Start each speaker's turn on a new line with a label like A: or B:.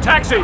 A: Taxi!